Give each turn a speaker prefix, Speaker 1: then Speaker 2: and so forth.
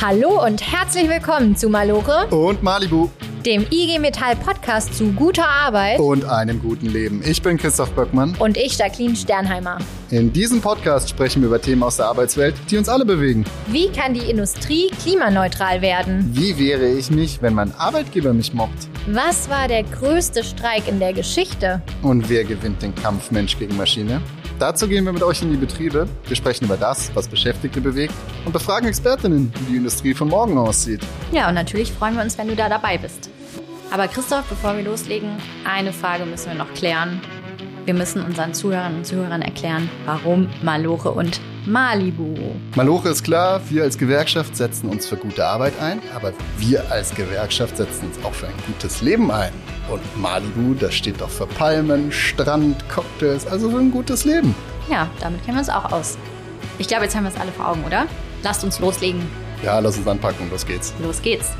Speaker 1: Hallo und herzlich willkommen zu Malore,
Speaker 2: Und Malibu
Speaker 1: dem IG Metall Podcast zu guter Arbeit
Speaker 2: und einem guten Leben. Ich bin Christoph Böckmann.
Speaker 1: und ich, Jacqueline Sternheimer.
Speaker 2: In diesem Podcast sprechen wir über Themen aus der Arbeitswelt, die uns alle bewegen.
Speaker 1: Wie kann die Industrie klimaneutral werden?
Speaker 2: Wie wäre ich mich, wenn mein Arbeitgeber mich mobbt?
Speaker 1: Was war der größte Streik in der Geschichte?
Speaker 2: Und wer gewinnt den Kampf Mensch gegen Maschine? Dazu gehen wir mit euch in die Betriebe. Wir sprechen über das, was Beschäftigte bewegt und befragen Expertinnen, wie die Industrie von morgen aussieht.
Speaker 3: Ja, und natürlich freuen wir uns, wenn du da dabei bist. Aber Christoph, bevor wir loslegen, eine Frage müssen wir noch klären. Wir müssen unseren Zuhörern und Zuhörern erklären, warum Malore und Malibu.
Speaker 2: Maloche ist klar, wir als Gewerkschaft setzen uns für gute Arbeit ein, aber wir als Gewerkschaft setzen uns auch für ein gutes Leben ein. Und Malibu, das steht doch für Palmen, Strand, Cocktails, also für ein gutes Leben.
Speaker 3: Ja, damit kennen wir uns auch aus. Ich glaube, jetzt haben wir es alle vor Augen, oder? Lasst uns loslegen.
Speaker 2: Ja, lass uns anpacken, los geht's.
Speaker 3: Los geht's.